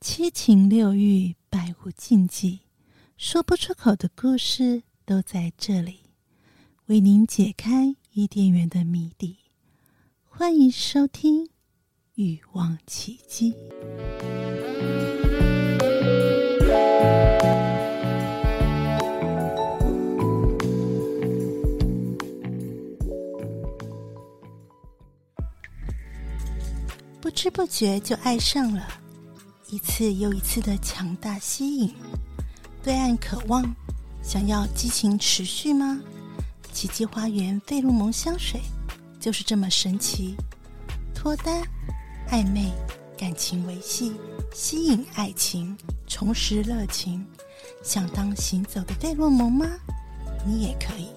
七情六欲，百无禁忌，说不出口的故事都在这里，为您解开伊甸园的谜底。欢迎收听《欲望奇迹》。不知不觉就爱上了，一次又一次的强大吸引，对岸渴望，想要激情持续吗？奇迹花园费洛蒙香水就是这么神奇，脱单、暧昧、感情维系、吸引爱情、重拾热情，想当行走的费洛蒙吗？你也可以。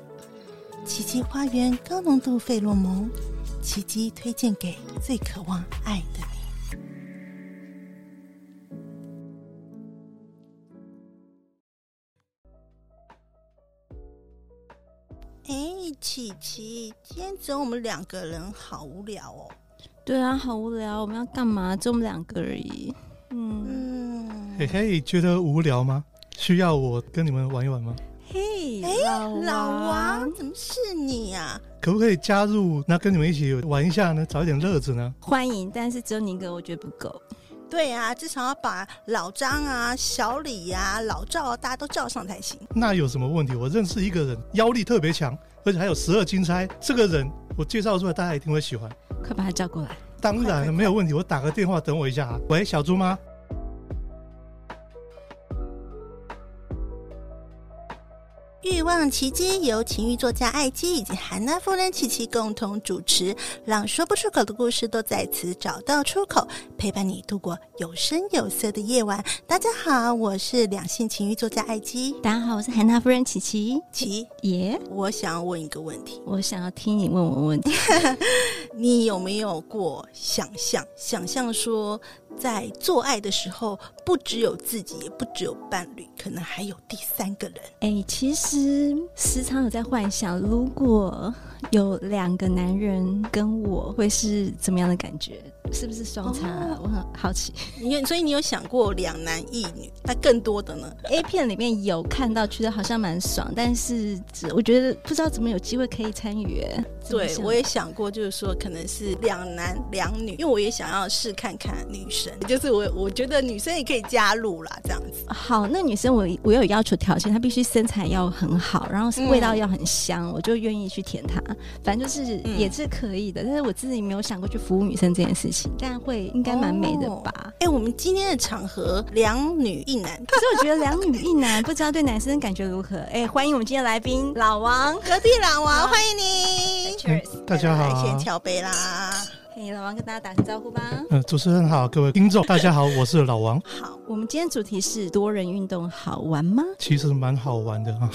奇迹花园高浓度费洛蒙。奇迹推荐给最渴望爱的你。哎，琪琪，今天只有我们两个人，好无聊哦。对啊，好无聊，我们要干嘛？就我们两个而已。嗯，嗯，嘿嘿，哎觉得无聊吗？需要我跟你们玩一玩吗？嘿，哎老老王，怎么是你呀、可不可以加入？那跟你们一起玩一下呢，找一点乐子呢？欢迎，但是只有你一个，我觉得不够。对啊，至少要把老张啊、小李呀、老赵、啊、大家都叫上才行。那有什么问题？我认识一个人，腰力特别强，而且还有十二金钗。这个人我介绍出来，大家一定会喜欢。快把他叫过来。当然没有问题，我打个电话，等我一下啊。喂，小猪吗？欲望奇迹由情欲作家艾姬以及韩娜夫人琪琪共同主持，让说不出口的故事都在此找到出口，陪伴你度过有声有色的夜晚。大家好，我是两性情欲作家艾姬。大家好，我是韩娜夫人琪琪。琪，耶，我想要问一个问题，我想要听你问我问题。你有没有过想象？想象说，在做爱的时候，不只有自己，也不只有伴侣，可能还有第三个人。哎、其实时常有在幻想，如果有两个男人跟我，会是怎么样的感觉？是不是双叉？哦我很好奇。你有，所以你有想过两男一女？那更多的呢？ A 片里面有看到，觉得好像蛮爽，但是只我觉得不知道怎么有机会可以参与。哎怎么对，想我也想过，就是说可能是两男两女，因为我也想要试看看女生，就是我我觉得女生也可以加入啦，这样子。好，那女生我我有要求条件，她必须身材要很好，然后是嗯味道要很香，我就愿意去舔她。反正就是嗯也是可以的，但是我自己没有想过去服务女生这件事情，但会应该蛮美的吧。哎、我们今天的场合两女一男，可是我觉得两女一男， 不知道对男生感觉如何？哎、欢迎我们今天的来宾老王。隔壁老王，好欢迎你。 Cheers！大家来好先啊。敲杯啦。嘿，老王跟大家打声招呼吧。呃，主持人好，各位听众大家好，我是老王。好，我们今天主题是多人运动好玩吗？其实蛮好玩的哈、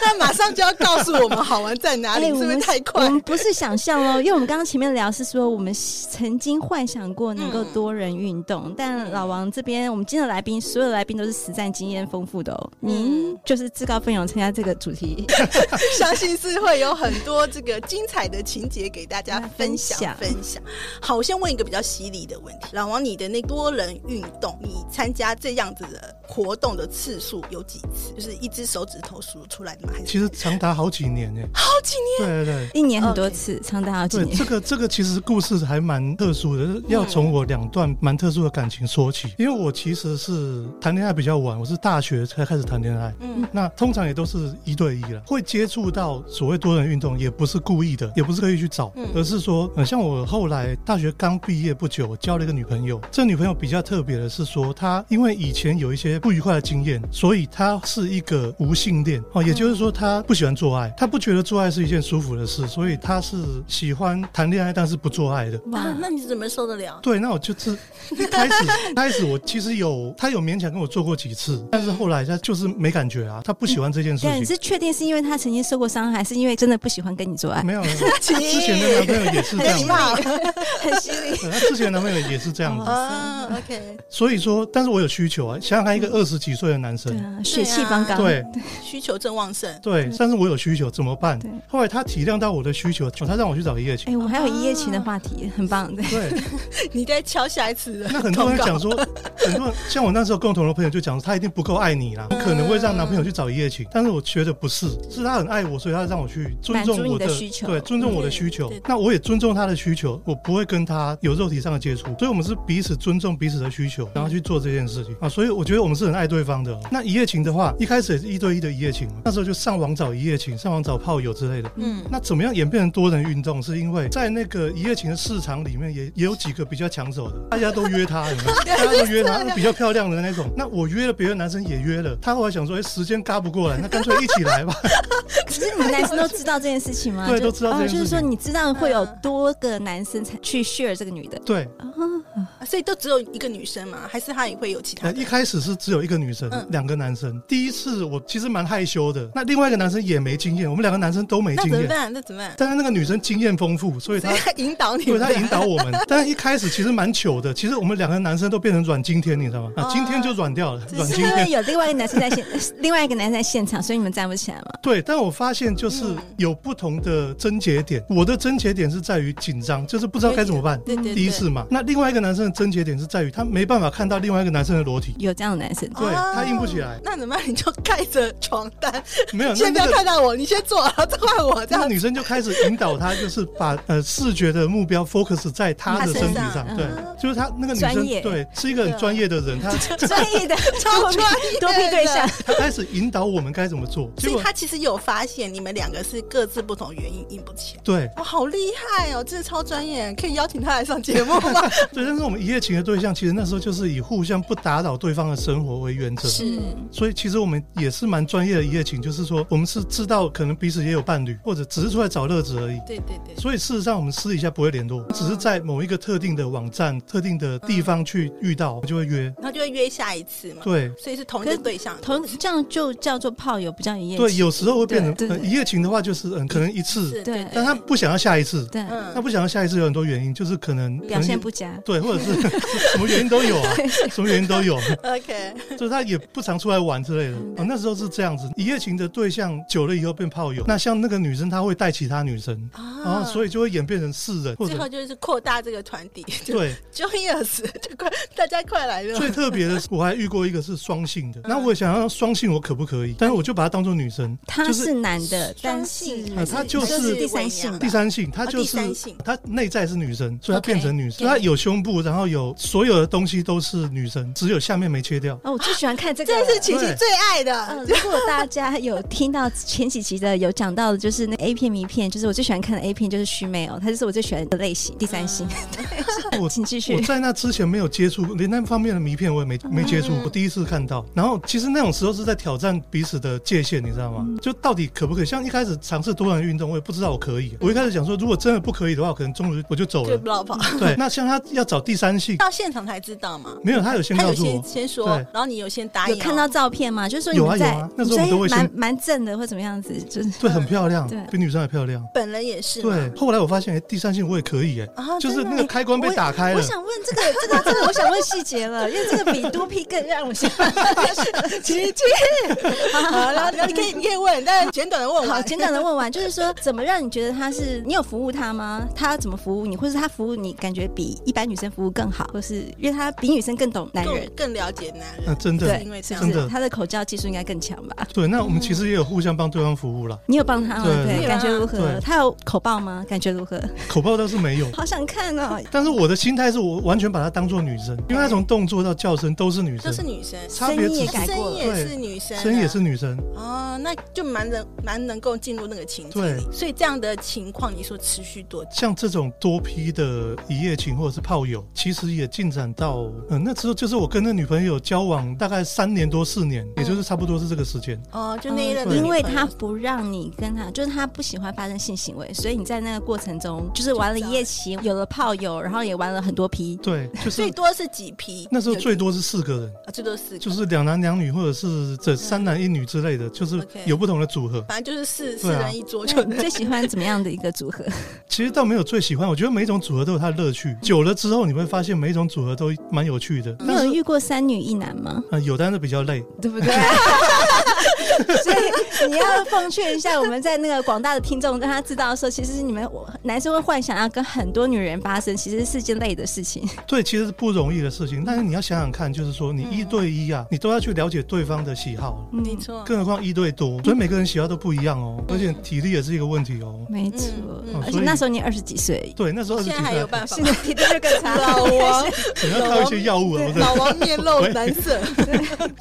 那马上就要告诉我们好玩在哪里，哎是不我是们太我快？们不是想象喽，因为我们刚刚前面聊是说我们曾经幻想过能嗯够多人运动，但老王这边我们今天的来宾，所有的来宾都是实战经验丰富的哦。嗯您就是自告奋勇参加这个主题， 相信是会有很多这个精彩的情节给大家分享分分享。好，我先问一个比较犀利的问题，老王，你的那多人运动，你参加这样子的活动的次数有几次？就是一只手指头数出来的吗？还是其实长达好几年耶。好几年？对对对。一年很多次，长达好几对，年。这个这个其实故事还蛮特殊的，要从我两段蛮特殊的感情说起。因为我其实是谈恋爱比较晚，我是大学才开始谈恋爱。嗯那通常也都是一对一了，会接触到所谓多人运动，也不是故意的，也不是刻意去找，嗯而是说，呃，像我后来大学刚毕业不久，我交了一个女朋友。这女朋友比较特别的是说，她因为以前有一些不愉快的经验，所以她是一个无性恋哦，也就是说她不喜欢做爱，她不觉得做爱是一件舒服的事，所以她是喜欢谈恋爱但是不做爱的。哇啊，那你怎么受得了？对，那我就是一开始开始我其实有她有勉强跟我做过几次，但是后来她就是没感觉啊，她不喜欢这件事但情你。是确定是因为他曾经受过伤害，还是因为真的不喜欢跟你做爱？没有，之之前的男朋友也是这样很子礼貌哦很犀利。嗯对，他之前的男朋友也是这样子，啊。OK，所以说但是我有需求啊，想想看，一个二十几岁的男对生，啊，血气方刚，对需求正旺盛，对，但是我有需求怎么办对？后来他体谅到我的需求，他让我去找一夜情。哎，我还有一夜情的啊话题，很棒，对，对， 你在敲下一次的那很多人通告讲说，很多人像我那时候共同的朋友就讲，他一定不够爱你啦，可能会让男朋友去找一夜情。但是我觉得不是，是他很爱我，所以他让我去尊满重足你我的需求对，尊重我的需求对对。那我也尊重他的需求，我不会跟他有肉体上的接触，所以我们是彼此尊重彼此的需求，然后去做这件事情啊。所以我觉得我们是很爱对方的。那一夜情的话，一开始也是一对一的一夜情嘛，那时候就上网找一夜情，上网找炮友之类的。嗯那怎么样演变成多人运动？是因为在那个一夜情的市场里面也，也有几个比较抢手的，大家都约他，有 没有大家都约他，比较漂亮的那种。那我约了，别的男生也约了，他后来想说，哎、时间嘎不过来，那干脆一起来 吧。可是你们男生都知道这件事情吗？对就都知道这件事情哦就是说你知道会有多个男生才去 share 这个女的，对，啊所以都只有一个女生嘛，还是她也会有其他呃，的一开始是只有一个女生嗯，两、个男生。第一次我其实蛮害羞的，那另外一个男生也没经验，我们两个男生都没那经怎么验。办？那怎么办？但是那个女生经验丰 富，所以她所以她引导 你对，们，他引导我 们，但一开始其实蛮糗的。其实我们两个男生都变成软今天，你知道吗？啊哦，今天就软掉了，软是今因为天。有另外一个男生在现， 另外一个男生在现场，所以你们站不起来嘛？对，但我发现就是嗯有不同的症结点。我的症结点是在于紧张，就是不知道该怎么办。对对对，嗯第一次嘛，那另外一个男生的症结点是在于他没办法看到另外一个男生的裸体，有这样的 男生，哦对他硬不起来那怎么办？你就盖着床单，没有。 那先不要那个嗯看到我，你先坐，然后再换我这那个样。女生就开始引导他，就是把呃视觉的目标 focus 在他他的身身体上上，嗯对，就是他那个女专生业对是一个很专业的人，她 专业的超专业的多批对象，她开始引导我们该怎么做，结所以果她其实有发现你们两个是各自不同原因硬不起来。对哇，好厉害哦！真的超专业，可以邀请他来上节目 吗？对，但是我们一夜情的对象，其实那时候就是以互相不打扰对方的生活为原则。是嗯所以其实我们也是蛮专业的一夜情，就是说我们是知道可能彼此也有伴侣，或者只是出来找乐子而已。对对对，所以事实上我们私底下不会联络，只是在某一个特定的网站、特定的地方去遇到，我们就会约。然后就会约下一次嘛。，对所以是同一个对象。同这样就叫做炮友，不叫一夜对，情。有时候会变对成对呃一夜情的话，就是嗯可能一次，是对但他不想要下一次。对，他嗯，不想要下一次有很多原因，就是可能表现不佳。可能对，或者 是什么原因都有啊，什么原因都有。 OK，就是他也不常出来玩之类的。嗯哦，那时候是这样子，一夜情的对象久了以后变炮友，那像那个女生，她会带其他女生，然后啊哦所以就会演变成四人，或最后者就是扩大这个团体，就 对。 Joyous，就 快大家快来了。最特别的是，我还遇过一个是双性嗯的，那我也想要双性，我可不可以？但是我就把她当做女生，他就是是男的，但双是性啊他就是第三性第三性，她就是哦第三性她内在是女生，所以她 OK，变成女生，所以她有胸部，然后有所有的东西都是女生，只有下面没切掉。哦，我最喜欢看这个这了。是琪琪对最爱嗯，的，如果大家有听到前几集的，有讲到的就是那个 A 片迷片，就是我最喜欢看的 A 片，就是虚妹哦，它就是我最喜欢的类型，第三型。啊 我请继续我。在那之前没有接触，连那方面的迷片我也没没接触嗯，我第一次看到。然后其实那种时候是在挑战彼此的界限，你知道吗？嗯就到底可不可以？像一开始尝试多人运动，我也不知道我可以。我一开始想说，如果真的不可以的话，可能中途我就走就了。老婆对，那像他要找第三性，到现场才知道嘛。没有，他有先他告有诉先我。先说对，然后你有先答有应哦，看到照片吗？就是说你们在，有啊有啊那时候我们都会所以先蛮蛮正的，或怎么样子，就是对，很漂亮对，比女生还漂亮。本人也是嘛对，后来我发现，哎，第三性我也可以，哎，啊，就是真的那个开关被打开我了。想问这个，这个，这个，我想问细节了，因为这个比多批更让我 想。琪琪， 好，然后然后你可以你可以问，但是简短的问好，完，简短的问完，就是说，怎么让你觉得他是你有服务他吗？他怎么服务你，或是他服务你感觉比一般女生服务更好，或是因为他比女生更懂男人更，更了解男人嗯，，真是的因，为这是样不真是？的他的口交技术应该更强吧？对。那我嗯们其实也有互相帮对方服务啦， 你有帮他吗？对对，有啊感觉如何？对他有口爆吗？感觉如何？口爆倒是没有。好想看哦！但是我的心态是我完全把她当做女生，因为她从动作到叫声都是女都生，是女生，差别声只音也是改过声了也是女生啊，声音也是女生。哦，那就蛮能蛮能够进入那个情境里，所以这样的情况，你说持续多久？像这种多批的一夜情或者是炮友，其实也进展到，嗯、那时候就是我跟那女朋友交往大概三年多四年，也嗯就是差不多是这个时间。哦，就那一任的对女因朋友，为他不让你跟他，就是他不喜欢发生性行为，所以你在那个过程中，就是玩了一夜情，有了炮友，然后也玩了很多批。对，就是最多是几批？那时候有最多是四个人，啊最多四个，就是两男两女或者是这三男一女之类的，就是 OK 有不同的组合。反正就是四四对啊人一桌就那你最 喜欢怎么样的一个组合？其实倒没有最喜欢，我觉得每一种组合都有它的乐趣。久了之后你会发现每一种组合都蛮有趣的。 嗯你但是有遇过三女一男吗？呃，有但是比较累，对不对？所以你要奉劝一下我们在那个广大的听众，让他知道说，其实是你们我男生会幻想要跟很多女人发生，其实是件累的事情。对，其实是不容易的事情。但是你要想想看，就是说你一对一啊，你都要去了解对方的喜好，没嗯，错，更何况一对多，所以每个人喜好都不一样哦，而且体力也是一个问题哦。没错嗯嗯。而所且以那时候你二十几岁，对，那时候二十现几在还有岁，办法 是。的，体力就更差。老王，可能要靠一些药物啊，不是？老王面露难色。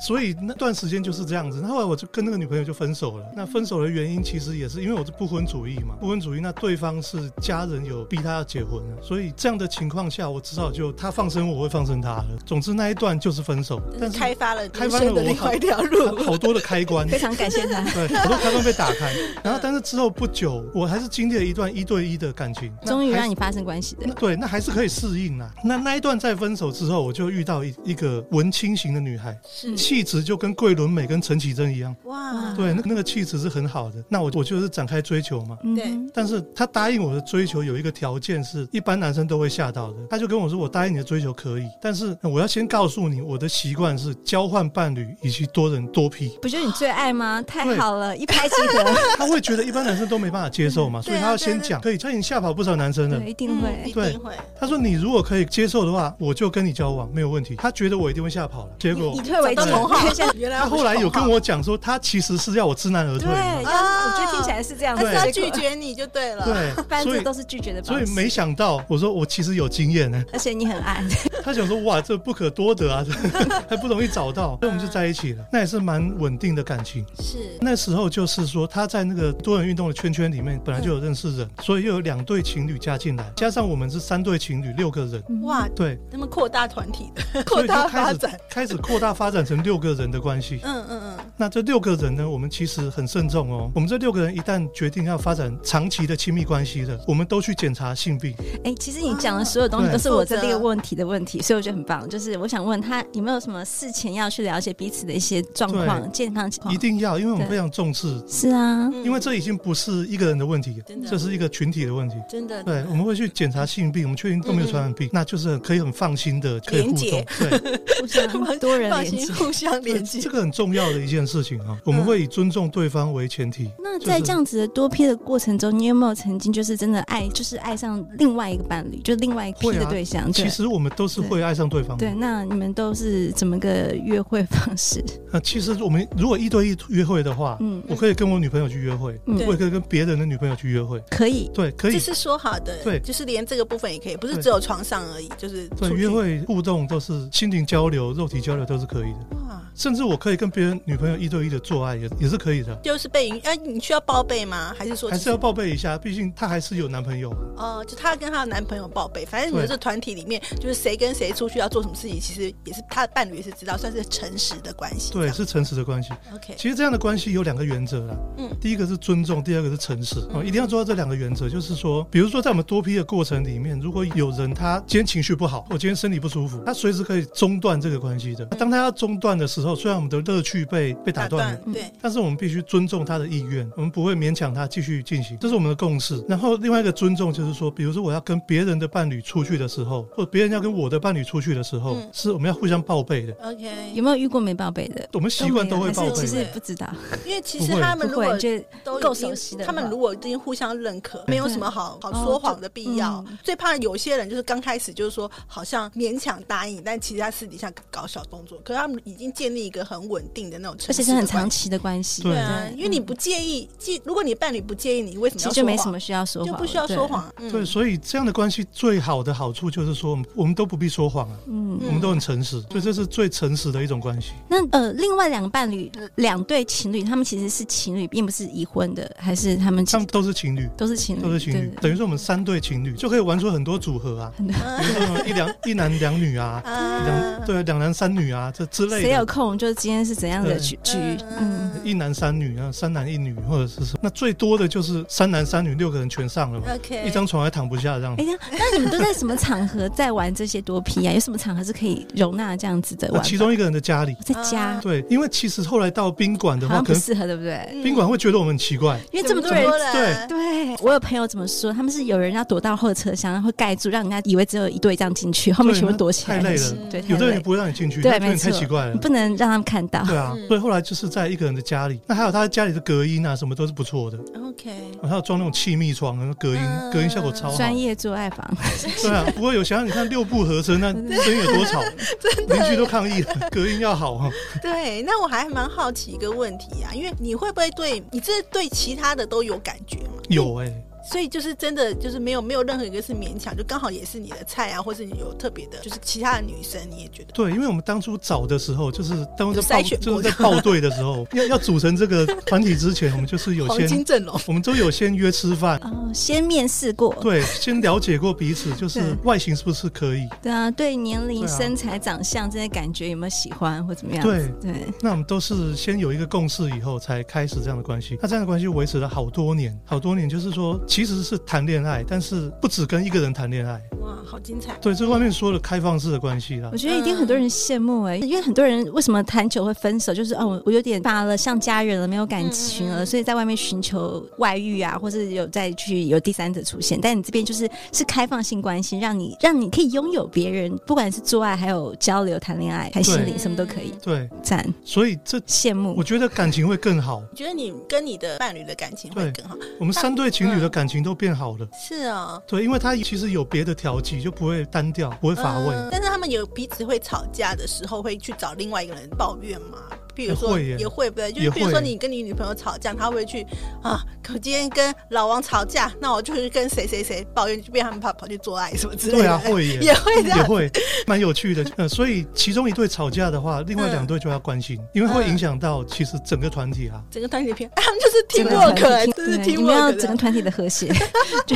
所以那段时间就是这样子。那后来我就跟那个女朋友就分手了。那分手的原因其实也是因为我是不婚主义嘛，不婚主义，那对方是家人有逼他要结婚了，所以这样的情况下，我只好就他放生我，我会放生他了。总之那一段就是分手，但是开发了开人发了生的我另好外一条路。好多的开 关。非常感谢他。对，好多开关被打开，然后但是之后不久，我还是经历了一段一对一的感情，那终于还让你发生关系的那，对，那还是可以适应啦。那那一段在分手之后，我就遇到一一个文青型的女孩，是气质就跟桂纶镁跟陈绮贞一样，哇，对，那那个气质是很好的。那我我就是展开追求嘛。嗯对但是她答应我的追求有一个条件是，一般男生都会吓到的。她就跟我说：“我答应你的追求可以，但是我要先告诉你，我的习惯是交换伴侣以及多人多 批。不就是你最爱吗？太对好了，一拍即合，”她会觉得一般男生都没办法接受嘛，嗯所以啊她要先讲，可以，她已经吓跑不少男生了。对，一定嗯一会。对定会。她说：“你如果可以接受的话，我就跟你交往，没有问题。”她觉得我一定会吓跑了，结果以 退为找进到同，好对像， 原来她我后来有跟我，我讲说，她其实是要我知难而退对，要嘛。啊我觉得听起来是这样他子，是要结拒果，绝你就对了。 对，反所正以啊都是拒绝的所方以式。没想到，我说我其实有经验呢。而且你很爱，他想说，哇，这不可多得啊， 还不容易找到，啊所以我们就在一起了。那也是蛮稳定的感情。是那时候就是说，他在那个多人运动的圈圈里面，本来就有认识人，所以又有两对情侣加进来，加上我们是三对情侣，六个人。哇，对，他们扩大团 体的所扩以就大开发始展。开始扩大发展成六个人的关系。嗯嗯嗯，那这六个人呢，我们其实很慎重哦。我们这六个人一旦决定要发展长期的亲密关系了，我们都去检查性病。哎、其实你哦讲的所有东西都是我这对个问题的问题，所以我觉得很棒。就是我想问他有没有什么事前要去了解彼此的一些状况、健康哦情况一。定要，因为我们对非常重视是啊，嗯因为这已经不是一个人的问题真的，这是一个群体的问题。真的对，我们会去检查性病，我们确定都没有传染病，那就是可以很放心的可以互嗯连动。 对，互 相多人放连接心。互相连接嗯这。个很重要的一件事情啊，我们会以尊重对方为前提。那就是在这样子的多批的过程中，你有没有曾经就是真的爱，就是爱上另外一个伴侣，就另外一批会的啊对象？其对实我们都是会爱上对方的对，。那你们都是怎么个约会方式？那其实我们如果一对一约会的话，嗯我可以跟我女朋友去约会，嗯对我也可以跟别人的女朋友去约会。可以，对，可以这。是说好的，对就是连这个部分也可以，不是对只有床上而已，就是对，出去约会互动都是心灵交流、肉体交流都是可以的，哇，甚至我可以跟别人女朋友一对一的做爱也也是可以的。就是被允，哎、你需要报备吗？还是说还就是要报备一下，毕竟她还是有男朋友。哦，就她跟她的男朋友报备，反正你对们这团体里面，就是谁跟谁出去要做什么事情，其实也是她的伴侣也是知道，算是诚实的关系。对，是诚实的关系。 o k 其实这样的关系有两个原则啦，嗯第一个是尊重，第二个是诚实。哦，一定要做到这两个原则，就是说，比如说在我们多批的过程里面，如果有人他今天情绪不好，我今天身体不舒服，他随时可以中断这个关系的。当他要中断的时候，虽然我们的乐趣被被打断了。对，但是我们必须尊重他的意愿，我们不会勉强他继续进行，这是我们的共识。然后另外一个尊重就是说，比如说我要跟别人的伴侣出去的时候，或者别人要跟我的伴侣出去的时候，嗯是我们要互相报备的。 OK，有没有遇过没报备的？我们习惯都没会有报还备是其的。实不知道，因为其实不会他们不如会果就都已够经熟悉的他们话如果已经互相认可，没有什么好好哦说谎就的必要。嗯最怕有些人就是刚开始就是说好像勉强答应，但其实他私底下搞小动作，可是他们已经建立一个很稳定的那种，而且是很长。期的关系。对对啊，因为你嗯不介意，介如果你伴侣不介意，你为什么其要实说就没谎什么需要说就谎了，不需要说谎。对，嗯，所以这样的关系最好的好处就是说，我们我们都不必说谎啊，对。嗯嗯我们都很诚实，所以这是最诚实的一种关系。那呃，另外两个伴侣，呃两对情侣，他们其实是情侣，并不是已婚的，还是他们其他们都是情侣，都是情侣，都是情侣，嗯对等于说我们三对情侣就可以玩出很多组合啊，比很多 嗯如说什么一两一男两女啊，啊两对啊两男三女啊这之类谁有的。空控，就是今天是怎样的对局局，嗯，一男三女啊，三男一女或者是什么，那最多的就是三男三女，六个人全上了嘛， OK，一张床还躺不下这样哎、。呀，那你们都在什么场合在玩这些多批啊？有什么场合是可以容纳这样子的那玩法？啊其中一个人的家里，在家啊对，因为其实后来到宾馆的好话，啊像不可能适合，对不对？嗯宾馆会觉得我们很奇怪，因为这么多人，人，对我有朋友怎么说？他们是有人要躲到后车厢，然后盖住，让人家以为只有一队这样进去，后面全部躲起来。太累了对，太有的累人也了，不会让你进去，对他觉得没你太错奇怪了。不能让他们看到。对啊嗯，所以后来就是在一个人的家里，那还有他家里的隔音啊，什么都是不错的。对，OK，然后装那种气密窗，然后隔音，嗯隔音效果超 好。专业做爱房，对啊，不过有想想，你看六部合声，那 声音有多吵， 邻居都抗议了，隔音要 好哈。对，那我还蛮好奇一个问题啊，因为你会不会对你这对其他的都有感觉吗？有哎、所以就是真的就是没有没有任何一个是勉强，就刚好也是你的菜啊，或是你有特别的，就是其他的女生你也觉得对，因为我们当初找的时候，就是当初在有筛报，选就过是的在报队的 时候，要要组成这个团体之前，我们就是有黄金先，阵容，我们都有先约吃饭，哦， 先面试过。对，先了解过彼此，就是对外形是不是可以。对啊，对年龄、对啊身材、长相这些感觉有没有喜欢或怎么样子？对那我们都是先有一个共识，以后才开始这样的关系。那这样的关系维持了好多年，好多年，就是说其实是谈恋爱，但是不只跟一个人谈恋爱。哇，好精彩！对，这外面说的开放式的关系啦我，觉得一定很多人羡嗯慕哎、因为很多人为什么谈久会分手，就是哦，我我有点乏了，像家人了，没有感情嗯嗯了，嗯所以在外面寻求外遇啊，或是有再去有第三者出现。但你这边就是是开放性关系，让你让你可以拥有别人，不管是做爱，还有交流、谈恋爱、谈心灵，对什么都可以。对，赞，所以这羡慕我。觉得感情会更好。我觉得你跟你的伴侣的感情会更好，我们三对情侣的感情都变好了。是啊、哦，对，因为他其实有别的调剂，就不会单调，不会乏味。嗯但是他们有彼此会吵架的时候，会去找另外一个人抱怨吗？比如说也会耶也会不对，就也是会比如说你跟你女朋友吵架，她会去啊，可今天跟老王吵架，那我就去跟谁谁谁抱怨，就被他们跑跑去做爱什么之类的，对啊，会耶， 也会这也样，会，蛮有趣的。呃，所以其中一对吵架的话，另外嗯两对就要关心，因为会影响到其实整个团体啊。整个团体片， 哎他们就是整 teamwork，个团体就是 teamwork，对你们要整个的团体的 和谐，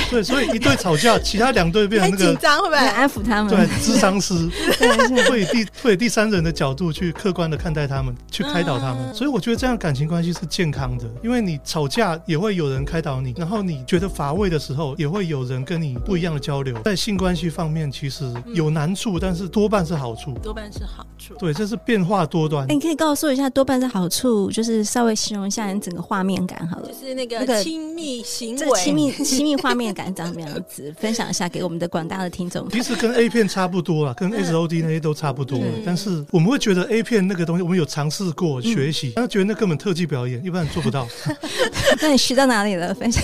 对，所以一对吵架，其他两队变很成那紧个张会不来会？安抚他们。对智商师，对是会以第会以第三人的角度去客观的看待他们，去开导他们。嗯所以我觉得这样感情关系是健康的，因为你吵架也会有人开导你，然后你觉得乏味的时候，也会有人跟你不一样的交流。在性关系方面，其实嗯有难处，但是多半是好处。多半是好处。对，这是变化多端哎、。你可以告诉我一下多半是好处，就是稍微形容一下你整个画面感好了就。是那那个个亲密行这个为，亲密亲密画面感长什么样子？分享一下给我们的广大的听众。其实跟 A 片差不多啦，跟嗯 S O D 那些都差不多嗯，但是我们会觉得 A 片那个东西，我们有尝试过学习，但是觉得那根本特技表演，一般人做不到。那你学到哪里了？分享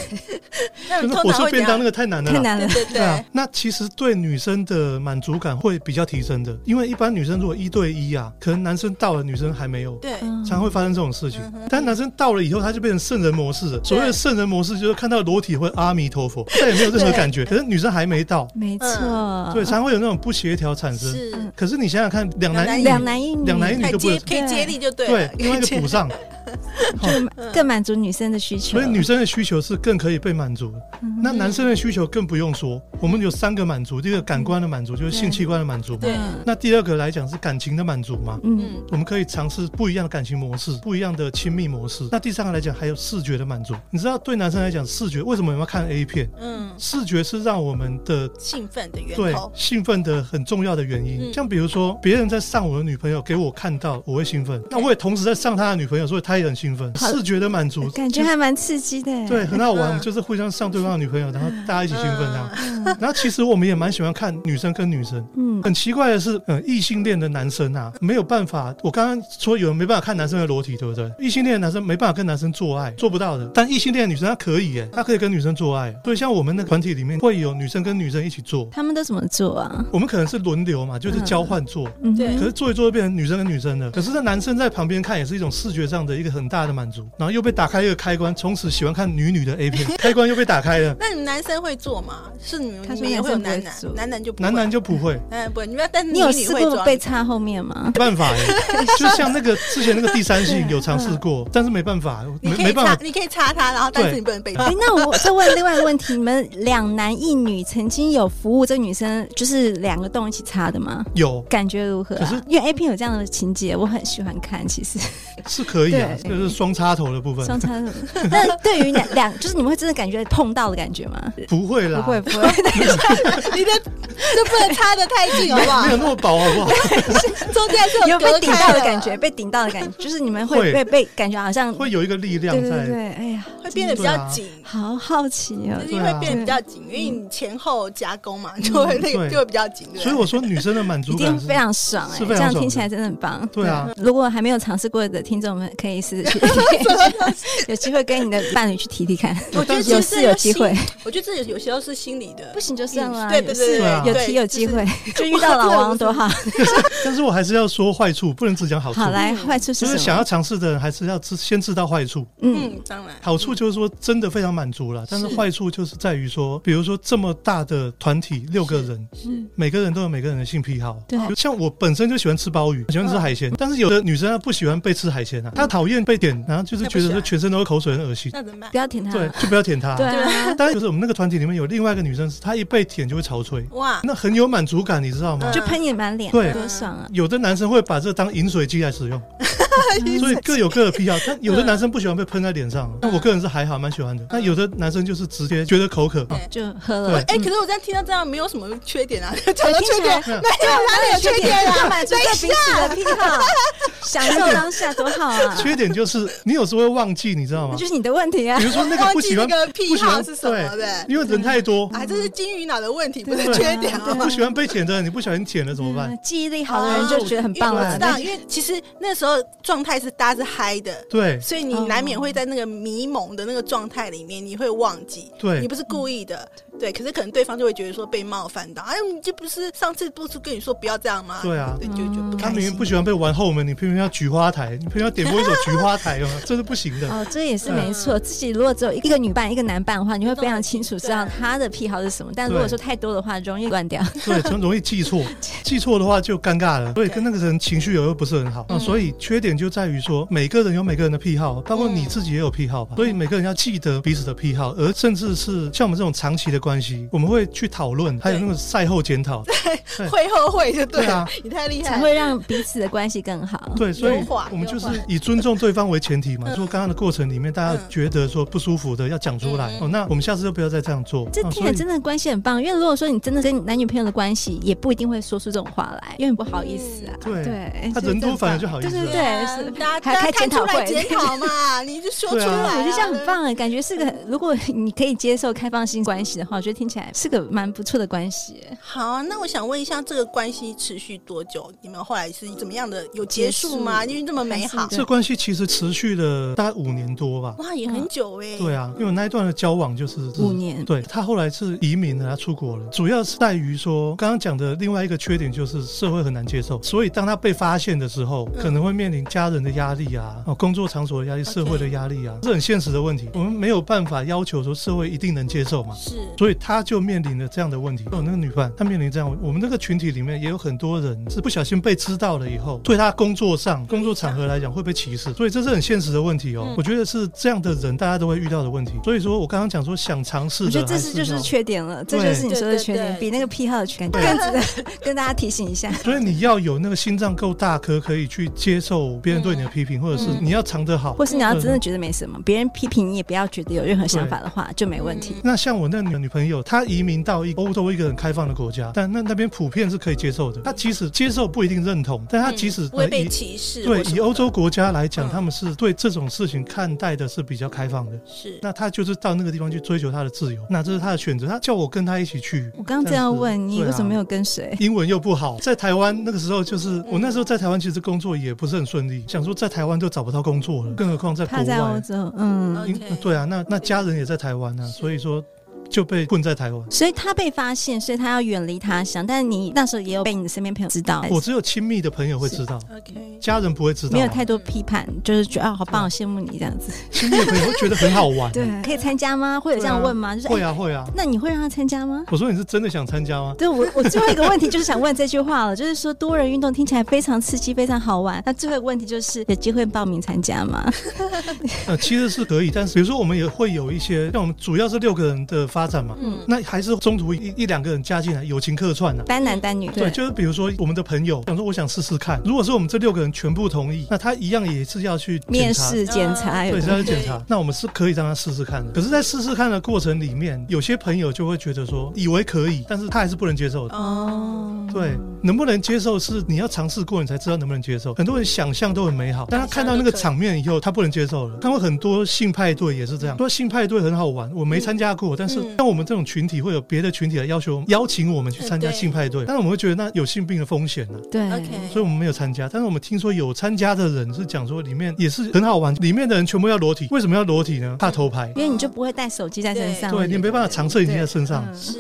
那 就你是通火常车会便当那怎样个太难了太啦。难了。对对对啊，那其实对女生的满足感会比较提升的，因为一般女生如果一对一啊，可能男生到了，女生还没有，对对，嗯常会发生这种事情嗯哼。但男生到了以后，他就变成圣人模式了。所谓的圣人模式，就是看到裸体会阿弥陀佛，再也没有任何感觉。可是女生还没到，没错，对，常会有那种不协调产生。嗯是嗯可是你想想看，两男一女，两男一女，两男一女哦可以就不接能可以接力就对 对了，，另外一个补上，就嗯更满足女生的需求。所以女生的需求是更可以被满足的。嗯那男生的需求更不用说，我们有三个满足，第一个感官的满足就是嗯性器官的满足嘛，对那第二个来讲是感情的满足嘛，嗯，嗯，我们可以尝试不一样的感情模式，不一样的亲密模式。那第三个来讲还有视觉的满足，你知道对男生来讲，视觉为什么我们要看 A 片？嗯，视觉是让我们的兴奋的源对头，兴奋的很重要的原因。嗯像比如说别人在上我的女朋友给我看到，我会兴嗯奋，那我也同时在上他的女朋友，所以他也很兴奋。好视觉的满足，感觉还蛮刺激的。对，，很好玩，嗯就是互相上对方的女朋友，然后大家一起兴奋这样。嗯然后其实我们也蛮喜欢看女生跟女生。嗯，很奇怪的是，嗯，异性恋的男生啊，没有办法。我刚刚说有人没办法看男生的裸体，对不对？异性恋的男生没办法跟男生做爱，做不到的。但异性恋的女生她可以，耶，她可以跟女生做爱。所以像我们那个团体里面会有女生跟女生一起做，他们都怎么做啊？我们可能是轮流嘛，就是交换做。嗯对可是做一做就变成女生跟女生了。可是那男生在旁边看也是一种视觉上的一个很大的满足，然后又被打开一个开关，从此喜欢看女女的 A 片，开关又被打开了。那你们男生会做吗？是你们他你说们也会有男男生不会男做，男男就不会男男就不会，男男不会，你们但你有试女女会啊过装被插后面吗没？办法 耶，就像那个之前那个第三嗯性有尝试过，但是没办法，你没可没以办插法，，你可以插他，然后但是对你不能被哎、那我再问另外一个问题：你们两男一女曾经有服务这女生，就是两个洞一起插的吗？有感觉如何、可啊是？因为 A 片有这样的情节，我很喜欢看。其实是可以啊，对就是双插头的部分双 插的，那对于两两，就是你们会真的感觉碰到的感觉吗？不会啦，不会不 会，你的就不能插的太 近，好不好没？有那么薄好不好？中间还是有隔被顶到开的感觉，，被顶到的感觉，就是你们会会被被感觉好像会有一个力量对对对在，对，哎呀，会变得比对较啊紧。好好奇哦就。是对因为啊嗯变得比较紧，因为你前后加工嘛，就会那个对就会比较紧。对不对所以我说女生的满一足定感是非常爽哎、是这非常样爽听的起来真的很棒。嗯对啊，如果还没有尝试过的听众们，可以试试去， 有机会跟你的伴侣去提提看。我觉得有其实是有机会，我觉得这有时候是心理的不，行就算了啊。对对对有事对啊有提有机会，就遇到老王多好。但是我还是要说坏处，不能只讲好处。好来，坏处嗯就是什是想么？要尝试的人，还是要知先知道坏处。嗯，嗯，当然好处就是说，真的非常满足了。但是是坏处就是在于说，比如说这么大的团体，六个人，是每个人都有每个人的性癖好。对就像我本身就喜欢吃鲍鱼，喜欢吃海嗯鲜，但是有的女生她不喜欢被吃海鲜啊，她讨厌被点，然后就是觉得那不喜说欢全身都是口水，很恶心。嗯那怎么办不？要舔他对。，就不要舔她。对啊，但是就是我们那个团体里面有另外一个女生，是她一被舔就会潮吹，哇，那很有满足感，你知道吗嗯？就喷你满脸，对多爽啊！有的男生会把这当饮水机 来使用，所以各有各的癖好。但有的男生不喜欢被喷在脸上，嗯但我个人是还好，蛮喜欢的。但有的男生就是直接觉得口渴，对就喝了。哎哎，可嗯是我这样听到这样没有什么缺点啊， 讲到听缺起来点，对啊没有哪里有缺点啊？满足这彼此的癖啊好，享受当下多好啊！缺点就是你有时候会忘记，你知道那吗就？是你的问题啊比。如说那个忘不记喜那欢，个癖不喜好欢是什么的对，，因为人太多，啊，这是金鱼脑的问题，不对是对缺点对啊。不喜欢被舔的，你不小心舔了怎么办哦嗯？记忆力好的人就觉得很棒因为我了知。道，因为其实那时候状态是大家是嗨的，对所以你哦难免会在那个迷蒙的那个状态里面，你会忘记，你对不是故意的，对。可是可能对方就会觉得说被冒犯到，哎，你这不是上次不是跟你说不要这样吗？对啊。对，就就嗯不他开明心明。不喜欢被玩后门，你偏偏要菊花台，你偏偏要点播一首 菊花台哦，这是不行的。哦，这也是没嗯错。自己如果只有一个女伴、一个男伴的话，你会非常清楚知道对他的癖好是什么。但如果说太多的话，容易乱掉。对，很容易记 错，记错的话就尴尬了。所以跟那个人情绪有又不是很好、嗯啊，所以缺点就在于说，每个人有每个人的癖好，包括你嗯自己也有癖好吧。所以每个人要记得彼此的癖好，而甚至是像我们这种长期的关系，我们会去讨论，还有那个赛后检 讨。对会后会就对对嗯了啊，你太厉才害了。会让彼此的关系更好。对，所以优化我们就是优化以尊重对方为前提嘛。嗯说刚刚的过程里面，大嗯家觉得说不舒服的要讲出来嗯、嗯哦。那我们下次就不要再这样做。这啊听起所来以真的关系很棒，因为如果说你真的跟男女朋友的关系，也不一定会说出这种话来，因为不好意思啊。对对，哎他所以人多真反而棒就好意思对了对对，是啊大家还大开家看检出讨来会，检讨嘛，你就说出来对啊，啊我觉得这样很棒哎，感觉是个如果你可以接受开放性关系的话，我觉得听起来是个蛮不错的关系。好啊，那我想问一下，这个关系持续多久？你们后来是怎么样的？有结束吗？结因为这么美好嗯还是，嗯这关系其实持续了大概五年多吧。哇，也很久哎、对啊，因为我那一段的交往就是五年对他后来是移民了，他出国了，主要是在于说刚刚讲的另外一个缺点就是社会很难接受，所以当他被发现的时候，嗯可能会面临家人的压力啊、哦工作场所的压力、社会的压力啊，这很现实的问题。我们没有办法要求说社会一定能接受嘛。是所以他就面临了这样的问题。哦有那个女伴，她面临这样的问，我们那个群体里面也有很多人是不小心被知道了以后，对他工作上、工作场合来讲会被歧视，所以这是很现实的问题哦。嗯我觉得是这样的人大家都会遇到的问题。所以说我刚刚讲说想尝试我的，觉得这还是是就是要缺点了，这对就是你说的缺对点，对对比那个癖好的缺点对更值得 跟大家提醒一下。所以你要有那个心脏够大颗，可以去接受别人对你的批评，或者是嗯你要藏得好或。是你要真的觉得没什么，别人批评你也不要觉得有任何想法的话，就没问题。那像我那女女朋友，她移民到一个欧洲一个很开放的国家，但那那边普遍是可以接受的。她即使接受不一定认同，但她即使、嗯不会呃被以歧视或对什么的，以欧洲国家来讲，嗯他们是对这种事情看待的是比较开放的。是那他就是到那个地方去追求他的自由，那这是他的选择。他叫我跟他一起去，我刚刚这样但问是你，对啊为什么没有跟随？英文又不好，在台湾那个时候就是我那时候在台湾其实工作也不是很顺利，想说在台湾都找不到工啊作了，更何况在国怕在欧外。洲，嗯，因 OK 对啊，那那家人也在台湾啊，所以说就被困在台湾。所以他被发现，所以他要远离他乡。但你那时候也有被你的身边朋友知道，我只有亲密的朋友会知道，嗯 OK，家人不会知道啊。没有太多批判，就是觉得啊，好棒，好羡慕你这样子。亲密的朋友会觉得很好 玩。对，可以参加吗？会有这样问吗？就是会哎啊会啊。那你会让他参加吗？我说你是真的想参加吗？对我，我最后一个问题就是想问这句话了，就是说多人运动听起来非常刺激，非常好玩。那最后一个问题就是有机会报名参加吗？ 呃，其实是可以，但是比如说我们也会有一些，像我们主要是六个人的发展嘛，嗯，那还是中途一一两个人加进来，友情客串啊。单男单女，对，就是比如说我们的朋友想说我想试试看，如果说我们这六个人全部同意，那他一样也是要去检查面，试检查有对，是要去检对查。那我们是可以让他试试看的。可是，在试试看的过程里面，有些朋友就会觉得说，以为可以，但是他还是不能接受的。哦，对，能不能接受是你要尝试过，你才知道能不能接受。很多人想象都很美好，但他看到那个场面以后，他不能接受了。看过很多性派对也是这样，说性派对很好玩，我没参加过，但是嗯像我们这种群体会有别的群体来要求我们邀请我们去参加嗯对性派对，但是我们会觉得那有性病的风险呢、啊对 OK 所以我们没有参加，但是我们听说有参加的人是讲说里面也是很好玩，里面的人全部要裸体，为什么要裸体呢？怕偷拍，因为你就不会带手机在身上，对你没办法藏摄影机在身上，嗯是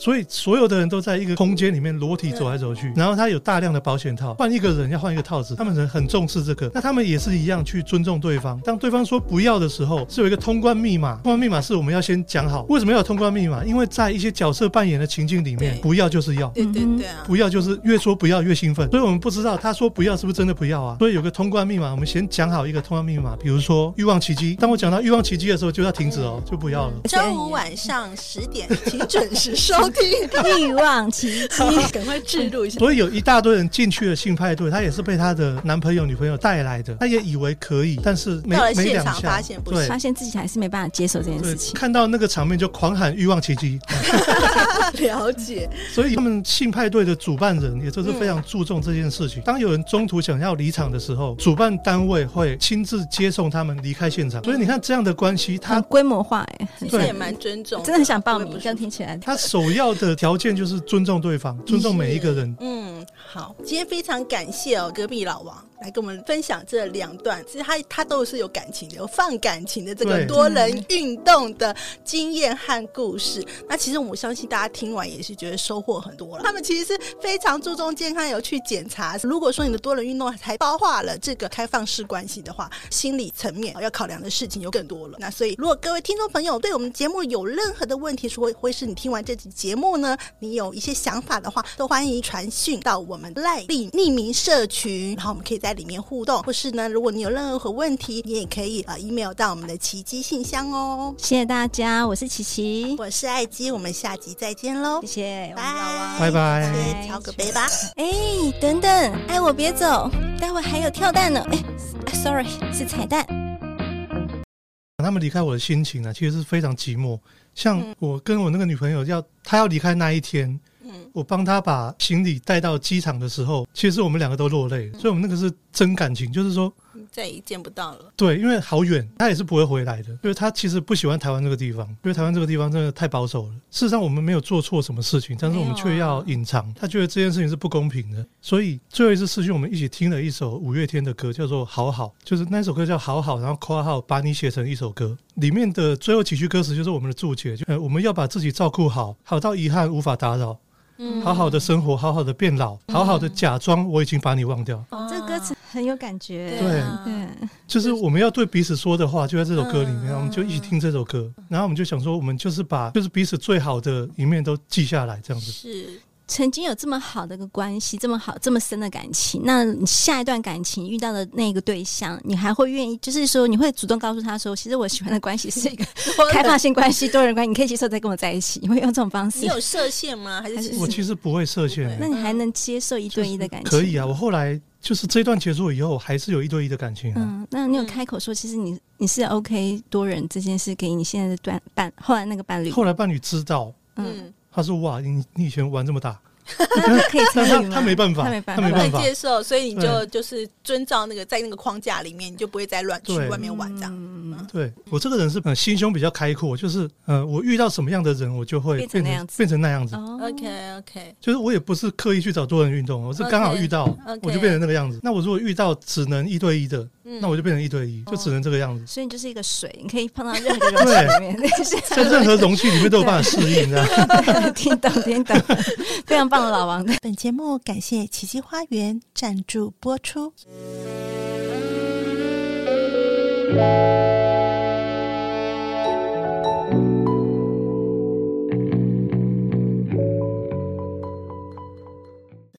所以所有的人都在一个空间里面裸体走来走去，然后他有大量的保险套，换一个人要换一个套子，他们人很重视这个，那他们也是一样去尊重对方。当对方说不要的时候，是有一个通关密码，通关密码是我们要先讲好，为什么要有通关密码？因为在一些角色扮演的情境里面对，不要就是要。对对嗯哼对啊，不要就是越说不要越兴奋，所以我们不知道他说不要是不是真的不要啊。所以有个通关密码，我们先讲好一个通关密码，比如说欲望奇迹。当我讲到欲望奇迹的时候，就要停止哦，就不要了。周五晚上十点，请准时收听。 欲望奇迹，赶快置入 一下。所以有一大堆人进去了性派对，她也是被她的男朋友、女朋友带来的，她也以为可以，但是没到了现场没两下，发现不行对发现自己还是没办法接受这件对事，情。看到那个场面就狂喊欲望奇迹， 了解，所以他们性派对的主办人也嗯就是非常注重这件事情。当有人中途想要离场的时候，主办单位会亲自接送他们离开现嗯场。所以你看这样的关系，很他规模化、欸，其实对也蛮尊重的，真的很想报我名，也不这是样听起来。他首要的条件就是尊重对方，尊重每一个人。嗯，好，今天非常感谢哦，隔壁老王来跟我们分享这两段，其实他他都是有感情的，有放感情的这个对多人运动的经验和故事。那其实我相信大家听完也是觉得收获很多了。他们其实是非常注重健康，有去检查。如果说你的多人运动还包括了这个开放式关系的话，心理层面要考量的事情就更多了。那所以，如果各位听众朋友对我们节目有任何的问题，说或是你听完这期节目呢，你有一些想法的话，都欢迎传讯到我们赖立匿名社群，然后我们可以在里面互动。或是呢，如果你有任何问题，你也可以呃 email 到我们的奇迹信箱哦。谢谢大家，我是琪琪，我是艾姬，我们下集再见喽谢，谢，我拜们老王。拜拜先敲个杯吧。哎、等等，哎，我别走，待会还有跳蛋呢。哎、s o r r y 是彩蛋。他们离开我的心情呢，其实是非常寂寞。像我跟我那个女朋友要，她要离开那一天，嗯，我帮她把行李带到机场的时候，其实我们两个都落泪，所以我们那个是真感情，就是说，再也见不到了。对，因为好远，她也是不会回来的，因为她其实不喜欢台湾这个地方，因为台湾这个地方真的太保守了。事实上，我们没有做错什么事情，但是我们却要隐藏，她觉得这件事情是不公平的。所以最后一次试训，我们一起听了一首五月天的歌，叫做《好好》，就是那首歌叫《好好》，然后括号把你写成一首歌，里面的最后几句歌词就是我们的注解，就呃我们要把自己照顾好，好到遗憾无法打扰。嗯好好的生活，好好的变老，好好的假装我已经把你忘掉。哦，这个歌词很有感觉。对啊对，就是我们要对彼此说的话，就在这首歌里面，嗯我们就一起听这首嗯歌，然后我们就想说，我们就是把就是彼此最好的一面都记下来，这样子。是曾经有这么好的一个关系，这么好、这么深的感情，那你下一段感情遇到的那个对象，你还会愿意？就是说，你会主动告诉他说，其实我喜欢的关系是一个开放性关系、多人关系，你可以接受再跟我在一起，你会用这种方你式？有设限吗？还是其嗯我实其实不会设限欸那对，你还能接受一对一的感情？可以啊。我后来就是这一段结束以后，还是有一对一的感情啊。嗯，那你有开口说，其实你你是 OK 多人这件事给你现在的伴伴，后来那个伴侣，后来伴侣知道，嗯，嗯，他说：“哇，你你以前玩这 么大，那可以但参与他吗？他没办法，啊他没办他法没不办能法。接受，所以你就就是遵照那个在那个框架里面，你就不会再乱去对外面玩这样。嗯嗯对我这个人是呃心胸比较开阔，就是呃我遇到什么样的人，我就会变变成那成样子变成那样子。哦 OK OK，就是我也不是刻意去找多人运动，我是刚好 OK，遇到 OK 我就变成那个样子。那我如果遇到只能一对一的，嗯那我就变成一对一，就只能这个样子。所以你就是一个水，你可以碰到任何哦容器里 面，在任何容器里面都有办法适 应，这样。听懂听 懂，非常棒的老王。本节目感谢奇迹花园赞助播出。